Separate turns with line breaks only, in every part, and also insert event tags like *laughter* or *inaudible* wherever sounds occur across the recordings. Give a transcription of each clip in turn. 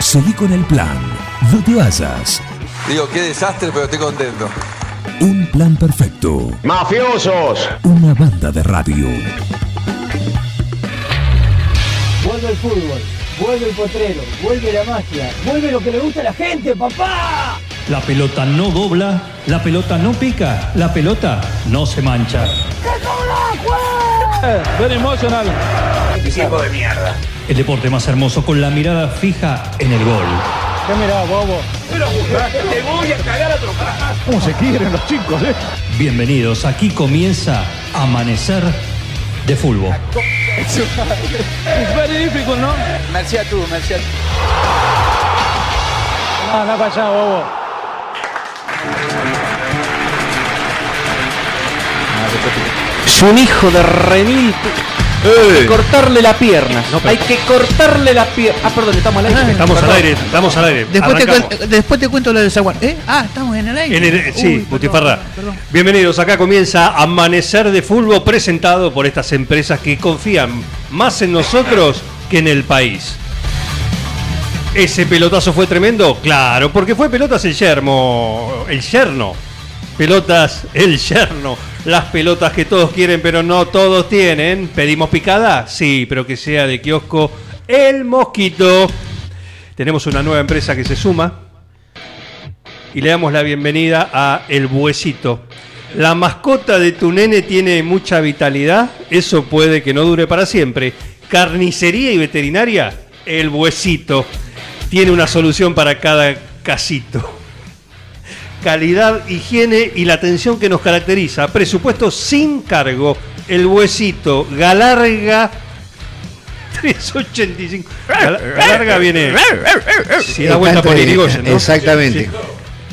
Seguí con el plan. No te vayas.
Digo, qué desastre, pero estoy contento.
Un plan perfecto.
¡Mafiosos!
Una banda de radio.
Vuelve el fútbol, vuelve el potrero, vuelve la magia, vuelve lo que le gusta a la gente, papá.
La pelota no dobla, la pelota no pica, la pelota no se mancha.
Very emotional.
El deporte más hermoso con la mirada fija en el gol.
¿Qué mirá, bobo? Pero te voy a cagar a trocar. ¿Cómo se quieren los chicos, eh?
Bienvenidos, aquí comienza Amanecer de Fútbol.
Es very difficult, ¿no?
Merci à tous, merci à tous.
No, no para allá, bobo.
Es un hijo de remil. Hay que cortarle la pierna. Hay que cortarle la pierna. Ah, perdón, estamos al aire.
Estamos al aire, estamos al aire.
Después te,
Arrancamos.
cuen- después te cuento lo del zaguán. ¿Eh? Ah, estamos en el aire.
En el-
Uy,
sí,
perdón,
Butifarra.
perdón.
Bienvenidos, acá comienza Amanecer de Fulbo presentado por estas empresas que confían más en nosotros que en el país. ¿Ese pelotazo fue tremendo? Claro, porque fue pelotas el yermo. El yerno. Pelotas el yerno. Las pelotas que todos quieren, pero no todos tienen. ¿Pedimos picada? Sí, pero que sea de kiosco El Mosquito. Tenemos una nueva empresa que se suma y le damos la bienvenida a El Buesito. La mascota de tu nene tiene mucha vitalidad, eso puede que no dure para siempre. Carnicería y veterinaria, El Buesito. Tiene una solución para cada casito. Calidad, higiene y la atención que nos caracteriza. Presupuesto sin cargo. El Buesito, Galarga 385. Gal- Galarga viene. Si da vuelta por Irigoyen, ¿no?
Exactamente.
Sí.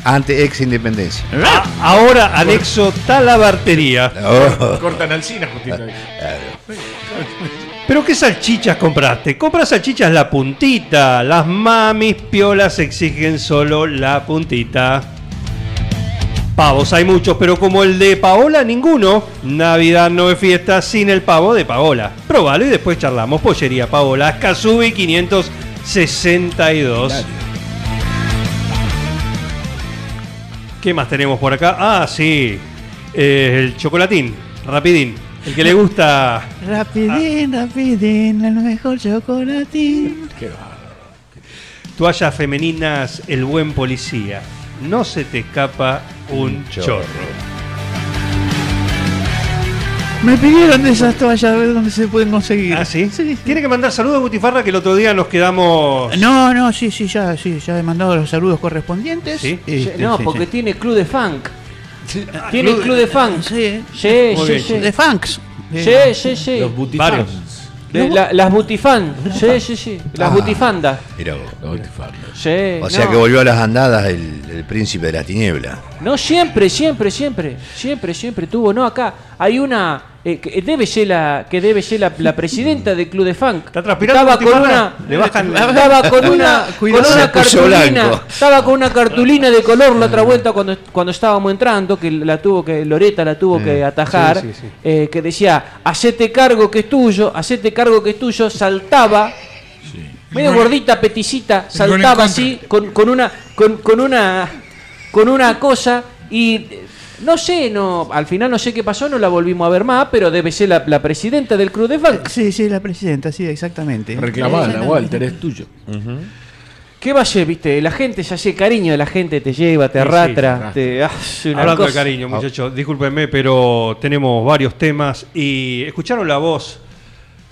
Ante ex independencia.
A- Ah, ahora anexo talabartería. Oh.
Cortan al cine justito ahí.
*laughs* Pero ¿qué salchichas compraste? Compras salchichas la puntita. Las mamis piolas exigen solo la puntita. Pavos hay muchos, pero como el de Paola, ninguno. Navidad no es fiesta sin el pavo de Paola. Probalo y después charlamos. Pollería Paola, Kazubi 562. ¿Qué más tenemos por acá? Ah, sí. Eh, el chocolatín, rapidín. El
*laughs*
que le gusta...
Uh, Rapidín,
Ah.
rapidín, el mejor chocolatín.
Toallas femeninas, el buen policía. No se te escapa un chorro.
Me pidieron de esas toallas a ver dónde se pueden conseguir.
¿Ah, sí? Tiene que mandar saludos a Butifarra que el otro día nos quedamos.
No, no, sí, sí, ya, sí, ya he mandado los saludos correspondientes.
Sí.
Este,
No,
sí,
porque
sí.
tiene club de funk. Tiene club, de funk.
Sí, ¿eh?
Sí,
Muy
sí,
bien.
sí.
de funks.
Sí, sí, sí.
Varios.
De la- las butifan. Sí, sí, sí. Las
Ah.
butifandas.
Mirá vos.
Sí.
O sea
no.
que volvió a las andadas el, el príncipe de la tiniebla.
No, siempre, siempre, siempre. Siempre, siempre tuvo. No, acá hay una. eh, que debe ser la que debe ser la, la presidenta del club de funk
Está transpirando
estaba
Butifarra.
con una
Le bajan- *laughs*
estaba con una con
Cuidado, se
una
puso
cartulina
blanco.
estaba con una cartulina de color la otra vuelta cuando cuando estábamos entrando que la tuvo que Loreta la tuvo que atajar
Mm. sí, sí.
eh, que decía hacete cargo que es tuyo hacete cargo que es tuyo saltaba medio gordita, peticita, saltaba así con, con una con, con una con una cosa y eh, no sé, no, al final no sé qué pasó, no la volvimos a ver más, pero debe ser la, la presidenta del Club de Fans.
Sí, sí, la presidenta, sí, exactamente.
Reclamala, Walter, es tuyo.
¿Qué va a ser, viste? La gente se hace cariño, de la gente te lleva, te
Sí, sí,
arrastra, te hace una
Hablando de
cosa. Ah.
cariño, muchachos, discúlpenme, pero tenemos varios temas y escucharon la voz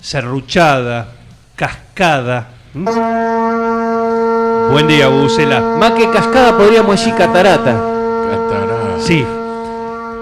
serruchada, cascada.
*laughs*
¿Mm? Buen día, Bucela.
Más que cascada podríamos decir catarata.
Catará.
Sí,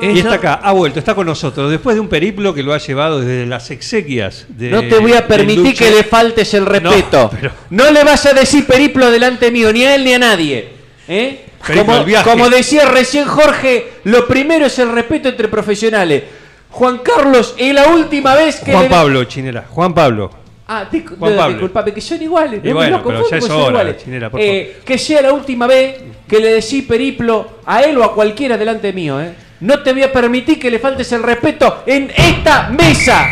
y
Ella-
está acá, ha vuelto, está con nosotros, después de un periplo que lo ha llevado desde las exequias. de-
No te voy
del
a permitir
Lucho.
que le faltes el respeto.
*laughs*
No,
pero-
le vas a decir periplo delante mío, ni a él ni a nadie. ¿eh?
Periplo,
Como,
el viaje.
como decía recién Jorge, lo primero es el respeto entre profesionales. Juan Carlos, es la última vez que.
Juan
le-
Pablo, Chinela, Juan Pablo.
Ah, discu-
Juan
no,
Pablo.
disculpame, que son iguales.
Y
no me
bueno,
los
pero
confundo
ya es
porque son
hora,
iguales.
Chinela, por
Eh, que sea la última vez que le decís periplo a él o a cualquiera delante mío. ¿eh? No te voy a permitir que le faltes el respeto en esta mesa.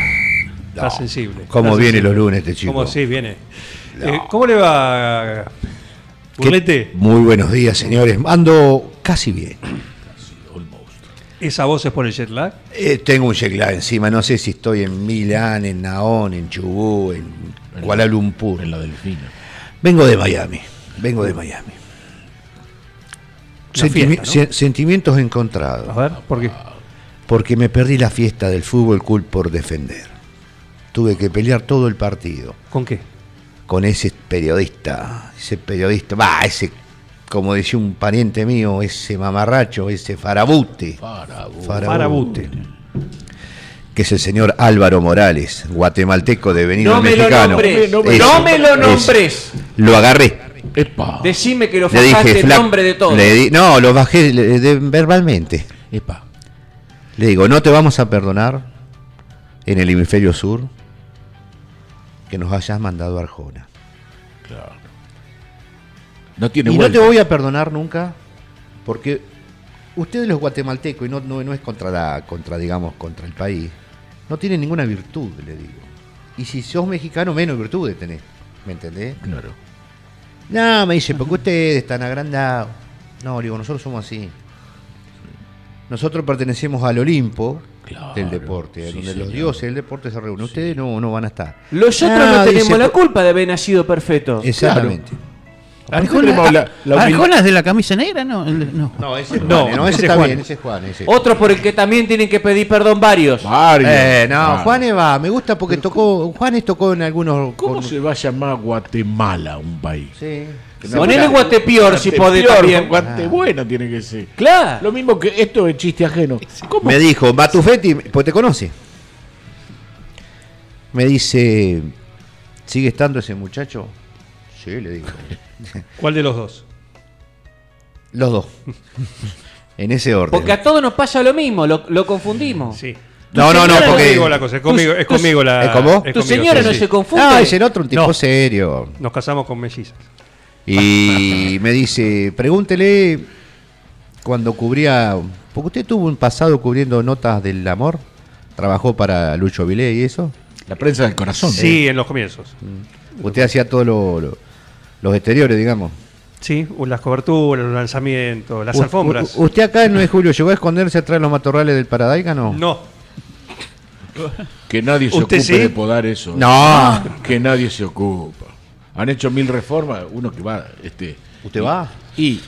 Está sensible.
¿Cómo
está
viene
sensible.
los lunes este chico?
¿Cómo sí viene? Eh, ¿Cómo le va Burlete.
Muy buenos días, señores. Ando casi bien.
¿Esa voz es por el jet lag?
Eh, tengo un jet lag encima, no sé si estoy en Milán, en Naón, en Chubú, en Kuala Lumpur. En la Delfina. Vengo de Miami, vengo de Miami.
Una
Sentimi-
fiesta, ¿no?
se- Sentimientos encontrados.
A ver, ¿por qué?
Porque me perdí la fiesta del fútbol club por defender. Tuve que pelear todo el partido
¿Con qué?
con ese periodista, ese periodista, va, ese, como decía un pariente mío, ese mamarracho, ese farabute.
Farabute.
Que es el señor Álvaro Morales, guatemalteco devenido
No me lo
mexicano.
nombres.
Ese,
No me lo
ese.
nombres.
Lo agarré.
Decime que lo
Le
fajaste
dije,
en
"Flac-"
nombre de todo.
le di- no, lo bajé le- de- verbalmente. Le digo, no te vamos a perdonar en el hemisferio sur que nos hayas mandado a Arjona.
No tiene
Y no
vuelta.
te voy a perdonar nunca, porque ustedes los guatemaltecos, y no, no, no es contra, la, contra, digamos, contra el país, no tienen ninguna virtud, le digo. Y si sos mexicano, menos virtudes tenés, ¿me entendés?
Claro.
No, me dice, porque ustedes están agrandados. No, le digo, nosotros somos así. Nosotros pertenecemos al Olimpo del deporte, eh, donde los dioses del deporte se reúnen. Ustedes no, no van a estar.
Los otros
Ah,
no tenemos
dice,
la culpa de haber nacido perfecto.
Exactamente.
Arjona, Arjona es de la camisa negra, no. El- No,
ese es Juan, ¿eh? no, ese está bien, ese es Juan, ese.
Otros por el que también tienen que pedir perdón varios.
Eh, no, Juanes va, me gusta porque tocó, Juanes tocó en algunos...
¿Cómo
con-
se va a llamar Guatemala un país?
Sí.
Ponele Guatepior, si podés también.
Guatebuena tiene que ser.
Claro.
Lo mismo que esto es chiste ajeno. ¿Cómo?
Me dijo, Batufetti, pues te conoce. Me dice, ¿sigue estando ese muchacho? Sí, le digo.
¿Cuál de los dos?
Los dos. En ese orden.
Porque a todos nos pasa lo mismo, lo, lo confundimos.
Sí.
no, no, no,
Es
porque...
conmigo la cosa, es conmigo, es conmigo la.
¿Es como?
es conmigo,
Tu señora
sí,
no
sí.
se confunde.
Ah, es el otro, un tipo
No.
serio.
Nos casamos con mellizas.
*laughs* Y me dice, pregúntele cuando cubría, porque usted tuvo un pasado cubriendo notas del amor, trabajó para Lucho Vilé y eso.
La prensa del corazón.
Sí, en los comienzos.
Usted hacía todos lo- lo- los exteriores, digamos.
Sí, las coberturas, los lanzamientos, las
U-
alfombras.
u- ¿Usted acá en 9 de julio llegó a esconderse atrás de los matorrales del Paradaigan no?
no,
eh. Que nadie se
¿Usted
ocupe
sí?
de podar eso. eh.
No.
Que nadie se ocupa. Han hecho mil reformas, uno que va, este.
¿Usted va?
Y
de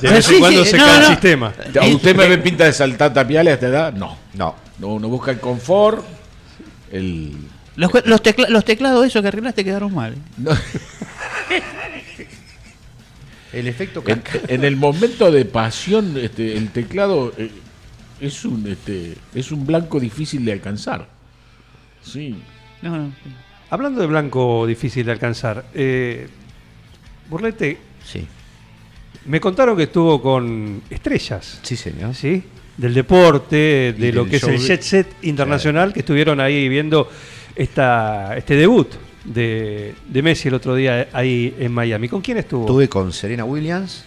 Pero
vez
sí,
en cuando
sí,
se
no,
cae el
no.
sistema.
¿a usted me ve pinta de saltar tapiales a esta edad, no.
No.
No, uno busca el confort, el
Los, cu- los tecla- los teclados esos que arreglaste quedaron mal.
El efecto
en, en el momento de pasión, este, el teclado eh, es un este, es un blanco difícil de alcanzar. Sí.
No, no.
Hablando de blanco difícil de alcanzar, eh, Burlete,
Sí.
me contaron que estuvo con estrellas,
Sí, señor.
¿sí? Del deporte,
Y
de lo
del
que es el
show-
jet set internacional, que estuvieron ahí viendo esta, este debut de, de Messi el otro día ahí en Miami. ¿Con quién estuvo?
Estuve con Serena Williams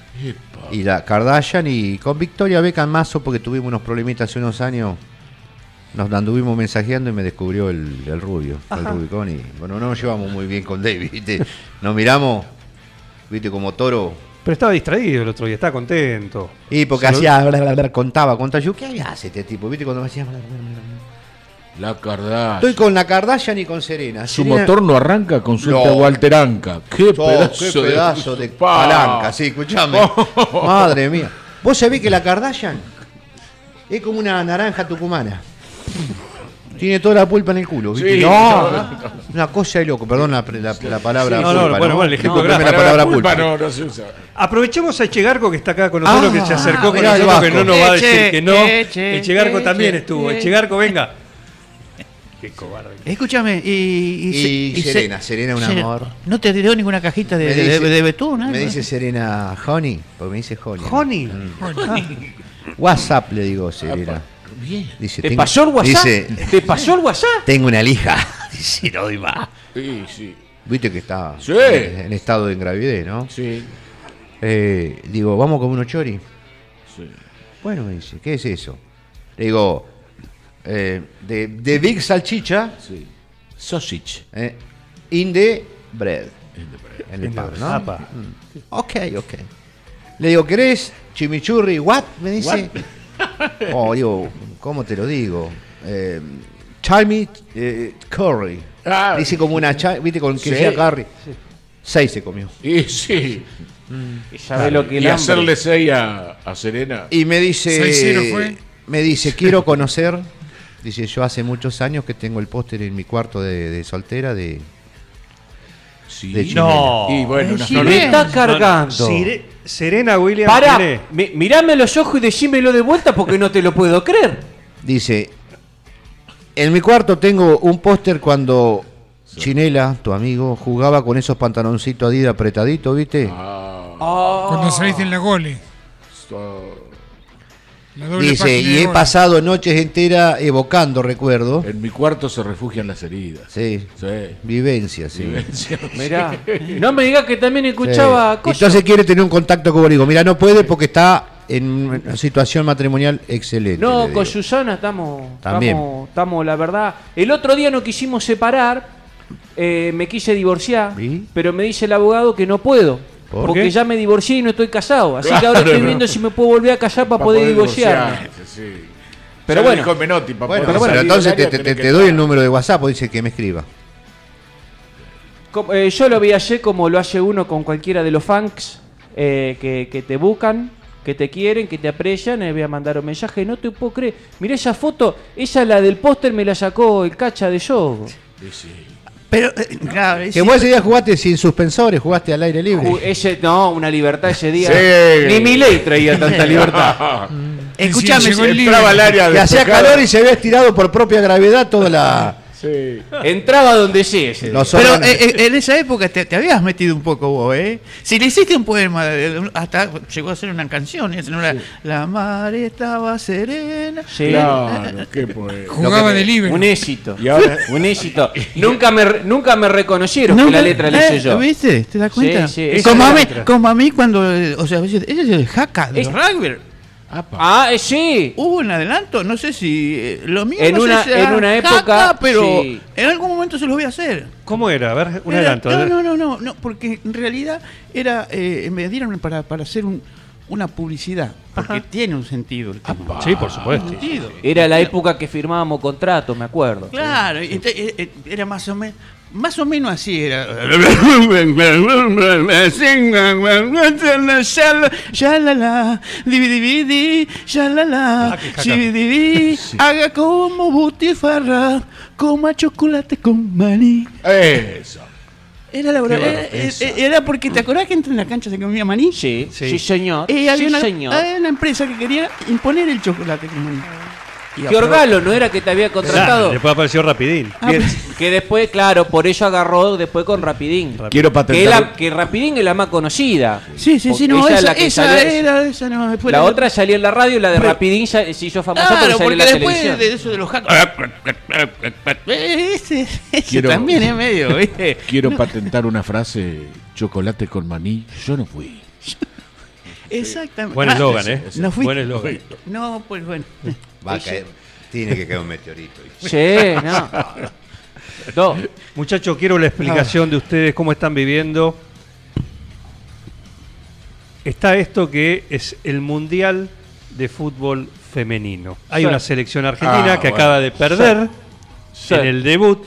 y la Kardashian y con Victoria Beckham Mazo porque tuvimos unos problemitas hace unos años. Nos anduvimos mensajeando y me descubrió el, el rubio, el Rubicón. Y bueno, no nos llevamos muy bien con David, ¿viste? Nos miramos, ¿viste? Como toro.
Pero estaba distraído el otro día, estaba contento.
Y porque
Se lo-
hacía, bla, bla, bla, contaba, contaba. Yo, ¿qué hace este tipo? ¿Viste? Cuando me hacía. bla, bla, bla, bla.
La cardaz.
Estoy con la Kardashian y con Serena.
Ah, Su
Serena-
motor no arranca, consulta
No.
a Walter Anca. Qué
Oh,
pedazo,
qué pedazo de, palanca, sí, escuchame. Madre mía. Vos sabés que la Kardashian es como una naranja tucumana. Tiene toda la pulpa en el culo. ¿viste?
Sí,
no,
no,
una cosa de loco. Perdón la, la- la palabra
Sí, no,
pulpa.
no, bueno, bueno, el ejemplo
Disculpeme
gráfico.
la palabra pulpa.
Ah, No, no se usa.
Aprovechemos a Echegarco que está acá con nosotros,
Ah,
que se acercó con
mirá el
nosotros, que
Vasco.
no nos va a
Eche,
decir que no.
eche,
Echegarco
eche,
también estuvo.
eche.
Echegarco, venga. Qué cobarde.
Escúchame, y.
Y
se- se-
Serena, Serena, un amor.
No te dio ninguna cajita de,
Me
de,
dice-
de- de betún, ¿eh?
Me dice Mm. Serena Honey, porque me dice Honey.
Honey.
Ah,
WhatsApp le digo, Serena. Dice,
¿Te
tengo-
pasó el WhatsApp?
Dice,
¿Te pasó el WhatsApp?
tengo una lija. *laughs* Dice, no doy más.
Sí, sí.
Viste que está
Sí.
en en estado de engravidez, ¿no?
Sí.
Eh, digo, vamos con unos chori.
Sí.
Bueno, me dice, ¿qué es eso? Le digo, eh, de, de Big Salchicha
sí. Sausage.
eh, in the bread. En el
En el
pub, ¿no?
APA.
Mm. Ok, ok. Le digo, ¿querés chimichurri? ¿What? Me dice. *laughs* Oh, digo, ¿cómo te lo digo? Eh, Charmy eh, Curry.
Ah.
dice como una. cha- ¿Viste con que
Sí.
sea curry? Seis se comió.
Y sí.
ya ve lo que el
y
hambre.
hacerle seis a, a Serena.
Y me dice. Me dice, quiero conocer. Dice, yo hace muchos años que tengo el póster en mi cuarto de, de soltera de. de Chimena".
No.
Y bueno, una-
no
me
le-
está
no,
cargando.
Sire- Serena Williams.
Pará,
tiene-
mi- mirame los ojos y decímelo de vuelta porque no te lo puedo creer.
Dice, en mi cuarto tengo un póster cuando Chinela, tu amigo, jugaba con esos pantaloncitos Adidas apretaditos, ¿viste? Ah.
Ah.
Cuando saliste en la gole. La doble
Dice,
página
y
de
he
gol.
pasado noches enteras evocando recuerdos.
En mi cuarto se refugian las heridas.
Eh. Sí.
Sí.
Vivencias, sí.
Vivencias.
*laughs* Mirá, no me digas que también escuchaba
Sí.
cosas.
Entonces quiere tener un contacto con Borigo. Mira, no puede porque está en una situación matrimonial excelente. le
No,
digo.
con Susana estamos,
También.
estamos, estamos, la verdad. El otro día no quisimos separar, eh, me quise divorciar, pero me dice el abogado que no puedo.
¿Por
porque
qué?
ya me divorcié y no estoy casado. Así que
Claro,
ahora estoy
no.
viendo si me puedo volver a casar para,
Para
poder, divorciarme.
divorciarse, sí. Ya
Pero
lo
bueno.
dijo Menotti, para
Bueno,
poder
pero
salir
entonces
del
te,
área
te-
tenés
te
que
doy
estar.
el número de WhatsApp, o dice que me escriba.
Co- eh, yo lo vi ayer como lo hace uno con cualquiera de los fans eh, que, que te buscan, que te quieren, que te aprecian. Le voy a mandar un mensaje. No te puedo creer. Mirá esa foto. Esa, la del póster, me la sacó el cacha de Yogo.
Pero, eh, claro,
Que vos ese día jugaste sin suspensores, jugaste al aire libre.
Ju- ese- no, una libertad ese día.
Sí.
Ni mi ley traía tanta libertad.
Escuchame,
Llegó el
entraba al área
que hacía
destacada.
calor y se había estirado por propia gravedad toda la.
Entraba donde sí ese día.
Los
Pero
órganos.
eh, eh, en esa época te, te habías metido un poco vos, ¿eh? Si le hiciste un poema, eh, un- hasta llegó a ser una canción, ¿eh? ¿no? La, la mar estaba serena.
Sí.
Claro, qué poeta.
Jugaba de libre.
Un éxito.
Y ahora-
Un éxito. nunca, me, re- nunca me reconocieron que
Nunca-
la letra la
eh,
hice yo.
¿Viste? ¿Te das
Sí,
cuenta?
sí, esa
como,
es
a
la
mí,
letra.
como a mí cuando, eh, o sea, a veces, ese es el jaca de
Es-
los rugby.
Ah, eh, sí.
Hubo un adelanto, no sé si eh, lo mismo
En
no sé
una-
si será
en una época,
jaca, pero
sí.
en algún momento se los voy a hacer.
¿Cómo era? A ver, un
Era-
adelanto. a
No,
ver.
no, no, no, no, porque en realidad era, eh, me dieron para, para hacer un- una publicidad, porque tiene un sentido el tema.
Sí, por supuesto.
Tiene un sentido.
Era la época que firmábamos contratos, me acuerdo.
Claro, y te- eh, eh, era más o menos, más o menos así era. Ya la la, dividividi, ya la
Ah,
la, divididi, haga como butifarra, coma chocolate con maní.
Eso.
Era, la verdad, era, era- era porque, ¿te acordás que entre en la cancha se comía maní?
Sí, sí, señor.
Eh, había,
Sí,
una,
señor.
había una empresa que quería imponer el chocolate con maní.
Que Orgalo no era que te había contratado.
Después apareció Rapidín.
Ah,
Que,
pues,
*laughs* que después, claro, por ello agarró después con Rapidín.
Quiero
Que, es
patentar.
la- que Rapidín es la más conocida.
Sí, sí, sí, no,
Porque
esa,
es la que
esa
salió-
era, esa no. después
La
era-
otra salió en la radio y la de Rapidín ya se hizo famosa porque salió
Claro,
en
porque
la
después
televisión.
de eso de los hackers. Eh, Ese, ese
Quiero-
también es medio, ¿viste?
Quiero patentar una frase: chocolate con maní. Yo no fui.
Exactamente.
Buen
Ah,
eslogan, ¿eh?
No fui.
Buen eslogan.
No,
*laughs*
pues bueno.
Va a caer. Tiene que caer un meteorito.
Sí, no. No,
Muchachos, quiero la explicación de ustedes, cómo están viviendo. Está esto que es el Mundial de Fútbol Femenino. Hay
Sí.
una selección argentina
Ah,
que
bueno.
acaba de perder
Sí.
en el debut.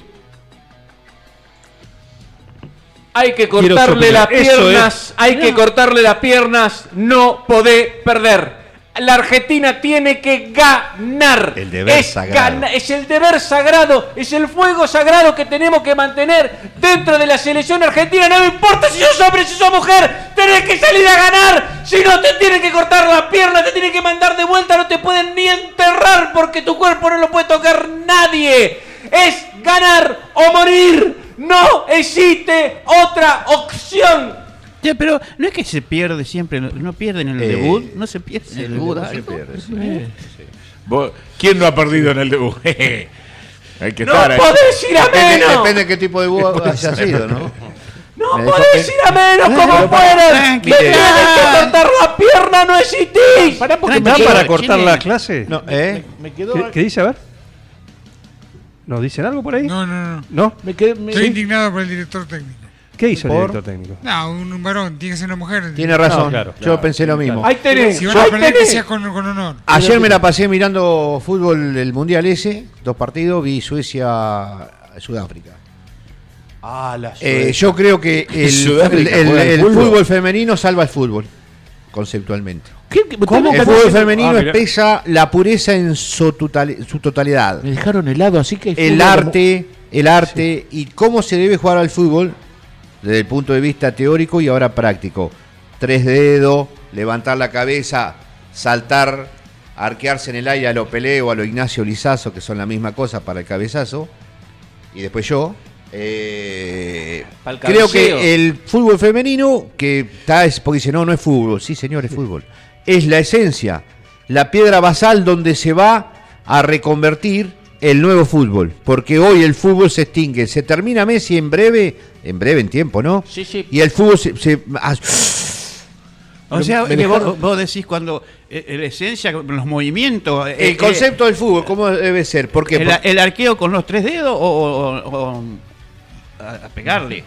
Hay que
Quiero
cortarle
opinar.
las
Eso es.
piernas, hay que cortarle las piernas, no podés perder. La Argentina tiene que ganar.
El deber
es
sagrado.
gana- es el deber sagrado, es el fuego sagrado que tenemos que mantener dentro de la selección argentina. No me importa si sos hombre, si sos mujer, tenés que salir a ganar. Si no, te tienen que cortar las piernas, te tienen que mandar de vuelta, no te pueden ni enterrar porque tu cuerpo no lo puede tocar nadie. Es ganar o morir. No existe otra opción.
Che, pero no es que se pierde siempre, no- no pierden en el
Eh,
debut, no se pierde en el debut.
se pierde, sí.
Vos- ¿Quién no ha perdido en el debut? *laughs* Hay que
¡No
estar ahí.
podés ir a
Depende,
menos!
depende de qué tipo de búho haya sido, ¿no?
¡No
Me dijo-
podés ir a menos como fueran! ¡Me
tranquila.
tenés que cortar la pierna! ¡No existís!
¿Está
Tranquilo,
para cortar
Chile.
la clase?
No, ¿eh?
Me quedó.
¿Qué, qué dice? A ver. ¿Nos dicen algo por ahí?
No, no, no.
¿No?
Estoy indignado por el director técnico.
¿Qué hizo
Por-
el director técnico?
No, un varón, tiene que ser una mujer.
Tiene razón.
No, claro,
Yo
claro.
pensé lo mismo.
Ahí
Si van a perder, que sea con, con honor.
Ayer me la pasé mirando fútbol del Mundial ese, dos partidos, vi Suecia, Sudáfrica.
Ah, la
Eh, yo
*laughs*
creo que el, el-
Sudáfrica
el-
juega al
el
fútbol.
fútbol femenino salva el fútbol, conceptualmente.
¿Cómo?
El
¿Qué
fútbol
estás diciendo?
femenino
Ah, mirá.
expresa la pureza en su, totali- su totalidad. Me
dejaron helado, así que...
El
fútbol
arte, el arte y cómo se debe jugar al fútbol desde el punto de vista teórico y ahora práctico. Tres dedos, levantar la cabeza, saltar, arquearse en el aire a lo Pelé o a lo Ignacio Lizazo, que son la misma cosa para el cabezazo. Y después yo. eh,
Pa'l
creo
cabeceo.
que el fútbol femenino, que está, es- porque dice, no, no es fútbol. Sí, señor, es fútbol. Es la esencia, la piedra basal donde se va a reconvertir el nuevo fútbol. Porque hoy el fútbol se extingue. Se termina Messi en breve, en breve en tiempo, ¿no?
Sí, sí.
Y el fútbol se... se- ah,
O sea,
me
que
dejaron-
vos, vos decís cuando eh, la esencia, los movimientos. eh,
el
eh,
concepto del fútbol, ¿cómo debe ser? ¿Por qué?
el,
Porque-
el arqueo con los tres dedos o, o- o- o a, a pegarle.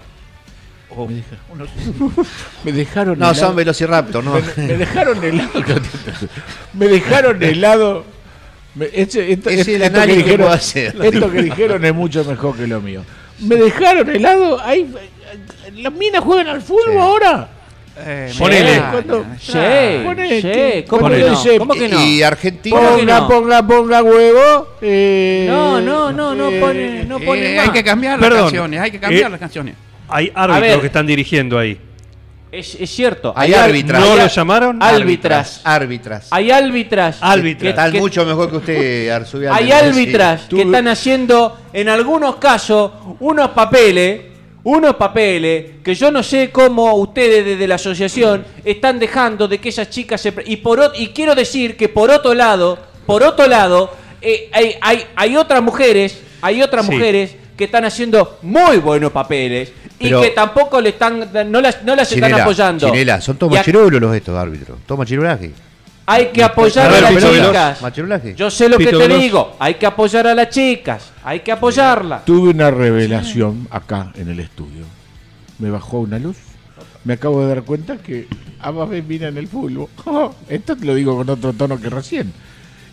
O- *laughs* no sé.
Me dejaron
No, son velociraptor, ¿no? *laughs*
Me, me dejaron helado. me dejaron helado. Me- este- esto,
Es
esto- esto
el
que
análisis que
dijeron,
puedo hacer.
esto que dijeron es mucho mejor que lo mío. Me dejaron helado. Ahí,
eh,
las minas juegan al fútbol ahora.
Eh,
Ponele.
mirá,
Cuando-
mirá.
Sí, Ponele. sí, ¿cómo Ponele. que no? ¿Cómo que no?
Y Argentina...
Ponga, ponga, ponga huevo. eh,
No, no, no, no
eh,
pone, no pone
Eh,
más.
hay que cambiar las
Perdón.
canciones, hay que cambiar
Eh,
las canciones.
Hay
A
árbitros
ver.
que están dirigiendo ahí.
Es, es cierto.
Hay
ar-
árbitras.
¿No
hay
lo
ar-
llamaron?
Árbitras.
Árbitras.
Hay árbitras.
Árbitras.
Que-
Están
que-
mucho mejor que usted, Arzubial.
Hay
me parece.
árbitras que están haciendo, en algunos casos, unos papeles, unos papeles que yo no sé cómo ustedes desde la asociación están dejando de que esas chicas se... pre- Y, por, ot- y quiero decir que por otro lado, por otro lado, eh, hay, hay, hay otras mujeres, hay otras
Sí.
mujeres que están haciendo muy buenos papeles y
Pero-
que tampoco le están, no las, no las están
Chinela,
apoyando.
Chinela, son todos
Y a-
machirulos los estos árbitros. Todo machirulaje.
hay que apoyar
A
a
ver,
las
Pito Veloz.
chicas.
Machirulaje.
Yo sé lo que
Pito
te
Veloz.
digo, hay que apoyar a las chicas, hay que apoyarla.
Tuve una revelación acá en el estudio. Me bajó una luz. Me acabo de dar cuenta que ah, ambas veces miran el fútbol. *laughs* Esto te lo digo con otro tono que recién.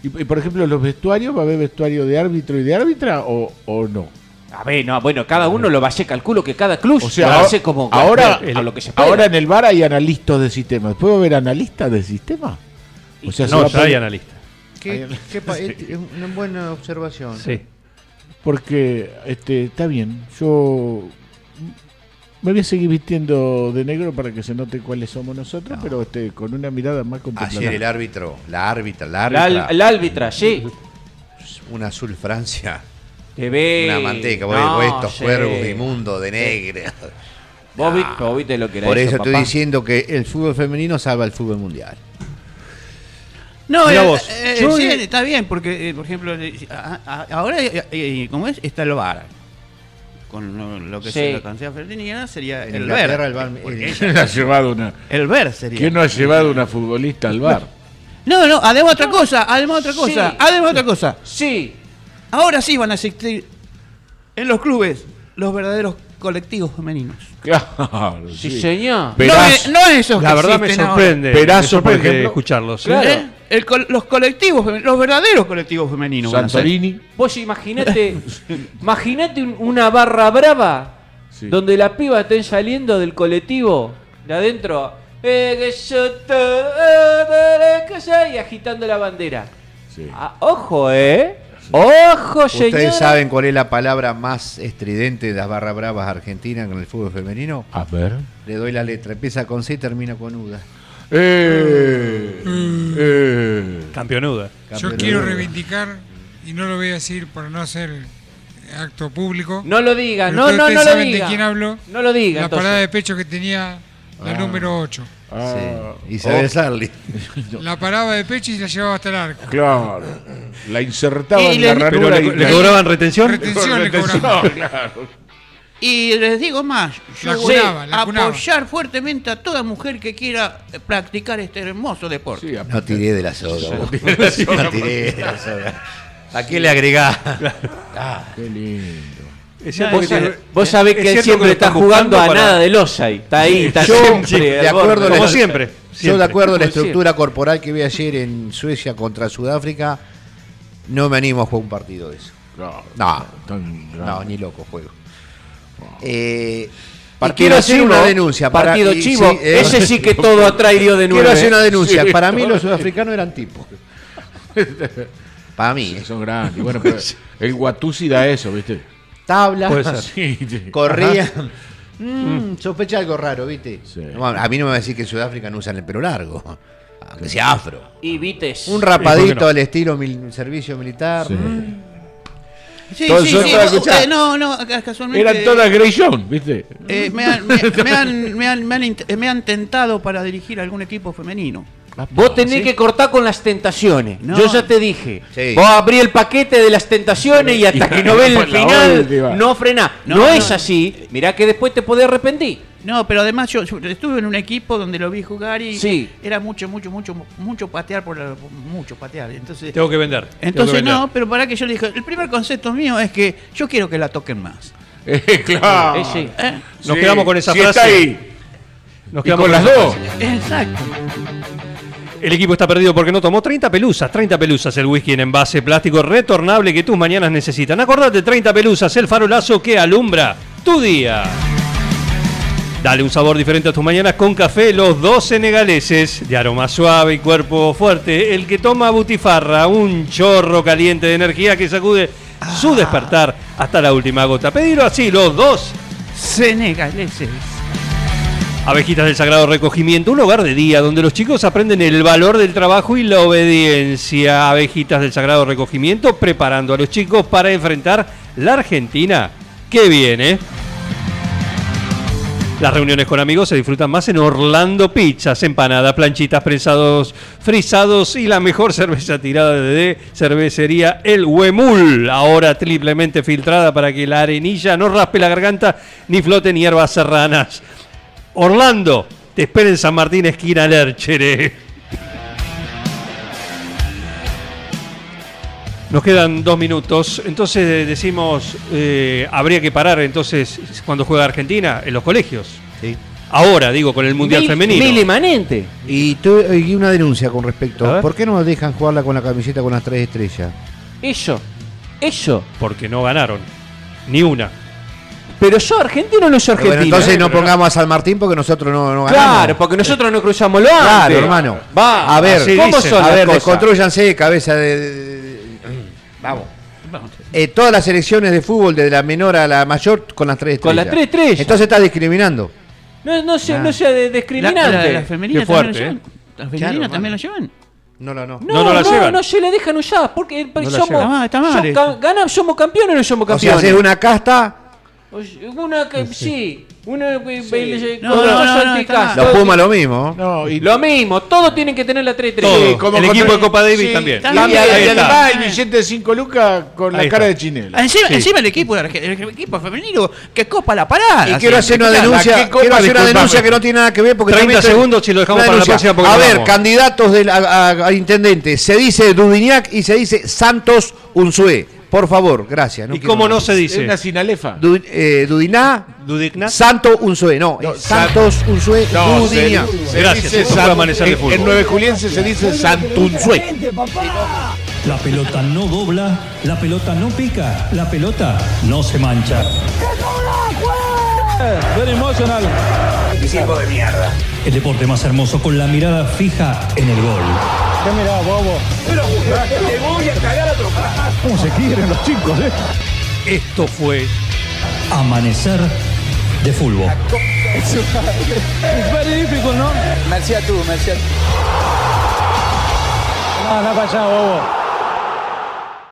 Y, y, por ejemplo, los vestuarios, ¿va a haber vestuario de árbitro y de árbitra o, o no?
A ver, no, bueno, cada uno lo va a hacer, calculo que cada club
O sea,
lo
ahora,
hace como
ahora,
a lo que se pueda.
ahora en el bar hay analistas de sistema. ¿Después va a haber analistas de sistema? O sea, se va
no,
a
ya hay
poner-
analistas.
¿Qué,
*laughs*
qué pa-
este
Es una buena observación.
Porque este, está bien, yo me voy a seguir vistiendo de negro para que se note cuáles somos nosotros, pero este, con una mirada más
Ayer el
contemplativa.
árbitro, la árbitra, la
La,
árbitra.
al- la árbitra, sí.
Un azul Francia.
Te ve.
Una manteca,
No,
vos- vos estos
sí.
cuervos inmundos de negra.
Vos, vi- vos viste lo que era
Por eso estoy
papá.
diciendo que el fútbol femenino salva el fútbol mundial.
No,
Mirá
eh,
vos.
eh,
Yo,
sí,
eh,
está bien, porque, eh, por ejemplo, eh, a- a- ahora, eh, eh, como es, está el VAR. Con lo, lo que
Sí.
se la canción Ferdinand sería
En
el
Inglaterra,
VAR.
el VAR,
porque
el-
ella-
¿Quién ha llevado una,
El ver sería.
¿Quién no ha llevado una futbolista al bar?
No, no, además otra cosa, además otra
Sí.
cosa, además otra cosa.
Sí.
Ahora sí van a existir en los clubes los verdaderos colectivos femeninos.
Claro,
Sí, señor.
Perazo. No, eh, no esos
La
que
verdad me
existen ahora.
sorprende.
Perazo,
me
por
sorprende
ejemplo.
escucharlos. ¿eh?
Claro.
¿Eh? El col- los colectivos, femen- los verdaderos colectivos femeninos. van a ser.
Santorini.
Vos imaginate, imaginate un- una barra brava
Sí.
donde las pibas estén saliendo del colectivo de adentro eh, que yo te- eh, que yo- y agitando la bandera.
Sí.
Ah, ojo, eh. Ojo, señor.
¿Ustedes saben cuál es la palabra más estridente de las barra bravas argentinas con el fútbol femenino?
A ver.
Le doy la letra. Empieza con C y termina con Uda.
Eh, eh.
Campeonuda.
Yo quiero reivindicar, y no lo voy a decir por no hacer acto público.
No lo diga,
pero
no,
ustedes
no, no lo
saben de
diga.
quién hablo.
No lo diga.
La
entonces.
parada de pecho que tenía la número 8.
Ah,
Sí. Isabel
oh,
Sarli.
La paraba de pecho y la llevaba hasta el arco.
Claro. La insertaba
Y
en
le-
la
Pero
ranura.
le,
y
le
la-
cobraban retención.
Retención le cobraba.
No, claro.
Y les digo más, yo
La
voy
cunaba,
a
la cunaba.
apoyar fuertemente a toda mujer que quiera eh, practicar este hermoso deporte.
Sí, a-
No tiré de la soga.
*laughs*
vos. No tiré de la soga. ¿A qué le agregás?
Qué lindo.
Es
cierto
Vos
que tiene-
sabés-
vos
es- es
sabés que él
cierto
siempre
lo
está
están
jugando
buscando
a
para-
nada del Osa y está ahí, está siempre
de
al borde.
acuerdo a la-
Como siempre,
Yo, de
siempre.
acuerdo
Como
a la
siempre.
estructura corporal que vi ayer en Suecia contra Sudáfrica, no me animo a jugar un partido de eso. No, no, ni loco juego. Eh, y
Partido
quiero hacer
chivo,
una denuncia. para-
partido
y eh.
chivo,
*laughs*
ese sí que todo atrae Dios de
Quiero
nueve,
hacer una
¿eh?
denuncia.
Sí.
Para mí los sudafricanos eran *laughs* tipos. Para mí.
Son grandes. Bueno, pero el Guatusi da eso, ¿viste?
Tablas.
Puede ser. Sí, sí.
Corrían.
*laughs*
Ajá.
Mm, sospecha algo raro, ¿viste? No, a mí no me va a decir que en Sudáfrica no usan el pelo largo. *laughs* Aunque sea afro.
Y Vites.
Un
Sí,
rapadito
¿por qué
al estilo mil- servicio militar. Mm.
Sí,
Todo
sí,
eso
sí,
estaba
no,
escuchando.
eh, no, no, acá casualmente.
Eran todas Grey Jones, ¿viste? *laughs*
Eh, me, han, me, me han, me, han, me han int- me han tentado para dirigir algún equipo femenino.
Vos tenés que cortar con las tentaciones.
No.
Yo ya te dije.
Sí.
Vos abrí el paquete de las tentaciones y hasta que no ves el
Por la última.
final, no frenás. No,
No, no.
es así. Mirá que después te podés arrepentir.
No, pero además yo, yo estuve en un equipo donde lo vi jugar y
Sí.
era mucho, mucho, mucho, mucho patear por la- mucho patear. Entonces
Tengo que vender.
Entonces
Tengo que
no, pero para que yo le dije, el primer concepto mío es que yo quiero que la toquen más.
Eh, claro.
Eh, sí. Eh,
Nos quedamos con esa frase. Nos
Y
quedamos
con las
esa
dos.
frase.
Exacto.
El equipo está perdido porque no tomó 30 pelusas. 30 pelusas el whisky en envase plástico retornable que tus mañanas necesitan. Acordate, 30 pelusas, el farolazo que alumbra tu día. Dale un sabor diferente a tus mañanas con café Los Dos Senegaleses, de aroma suave y cuerpo fuerte. El que toma butifarra, un chorro caliente de energía que sacude su despertar hasta la última gota. Pedilo así, Los Dos
Senegaleses.
Abejitas del Sagrado Recogimiento, un hogar de día donde los chicos aprenden el valor del trabajo y la obediencia. Abejitas del Sagrado Recogimiento preparando a los chicos para enfrentar la Argentina que viene. Las reuniones con amigos se disfrutan más en Orlando Pizzas, empanadas, planchitas, prensados, frisados y la mejor cerveza tirada de cervecería El Huemul, ahora triplemente filtrada para que la arenilla no raspe la garganta ni flote ni hierbas serranas. Orlando, te espera en San Martín, esquina Lerchere. Nos quedan dos minutos, entonces eh, decimos, eh, habría que parar entonces cuando juega Argentina en los colegios. Ahora, digo, con el Mundial
Mil-
Femenino.
mil imanente.
Y, tu- y una denuncia con respecto.
ver.
¿Por qué no nos dejan jugarla con la camiseta con las tres estrellas?
Eso. Eso.
Porque no ganaron. Ni una.
Pero yo argentino no soy
Pero bueno,
argentino.
entonces
¿eh?
no pongamos a San Martín porque nosotros no, no ganamos.
Claro, porque nosotros no cruzamos lo
Claro,
antes.
hermano.
Va,
a ver,
así ¿cómo
dicen.
son
a
las
ver,
cosas?
descontrúyanse cabeza de. Vamos. Eh, todas las selecciones de fútbol, desde la menor a la mayor, con las tres estrellas.
Con las tres estrellas.
Entonces estás discriminando.
No, no sea,
Ah.
no sea de- discriminante.
La- la- la femenina Qué fuerte, eh.
también lo Las femeninas también lo llevan.
No, no, no.
No, no, no, se la dejan usar porque eh,
la
somos,
llevan. Está mal, Ah, está mal
somos,
esto.
ca- ganamos, somos campeones o no somos
O sea,
campeones.
haces una casta,
Oye, Pues, Una que sí, una que sí.
No, no, no, no, está
Ah,
mal.
los Pumas lo mismo.
Lo mismo, todos tienen que tener la 3-3.
Todo. El equipo de Copa Davis
Sí,
también.
Y, y- y
Ahí
además
está.
el billete de 5 lucas con la
Ahí
cara
está.
de chinelo.
Encima, encima el equipo de Arge- el equipo femenino que copa la parada.
Y quiero hacer una
Mirá,
denuncia,
la que copa,
quiero hacer una
disculpame.
denuncia que no tiene nada que ver porque
30
también-
segundos, si lo dejamos
una
para la próxima,
denuncia.
porque
A
nos
ver,
vamos.
candidatos del a, a- a intendente, se dice Dudiniac y se dice Santos Unzué. Por favor, gracias.
¿Y cómo no se dice?
Es una sinalefa.
Du- eh, Dudiná, Santo Unzué, no, es Santos Unzué,
No, se-
Dudiñac.
se dice
esto fue
San-
Amanecer de
en-
Fútbol.
En Nueve Juliense se dice Santunzue.
La pelota no dobla, la pelota no pica, la pelota no se mancha.
Very emotional. de mierda.
El deporte más hermoso con la mirada fija en el gol.
¿Qué mirá, bobo? Pero te voy a cagar a trompadas. ¿Cómo se quieren los chicos, eh?
Esto fue
Amanecer de fútbol.
Es very difficult, ¿no? Merci a tú, merci a tú. No, no pasa, bobo.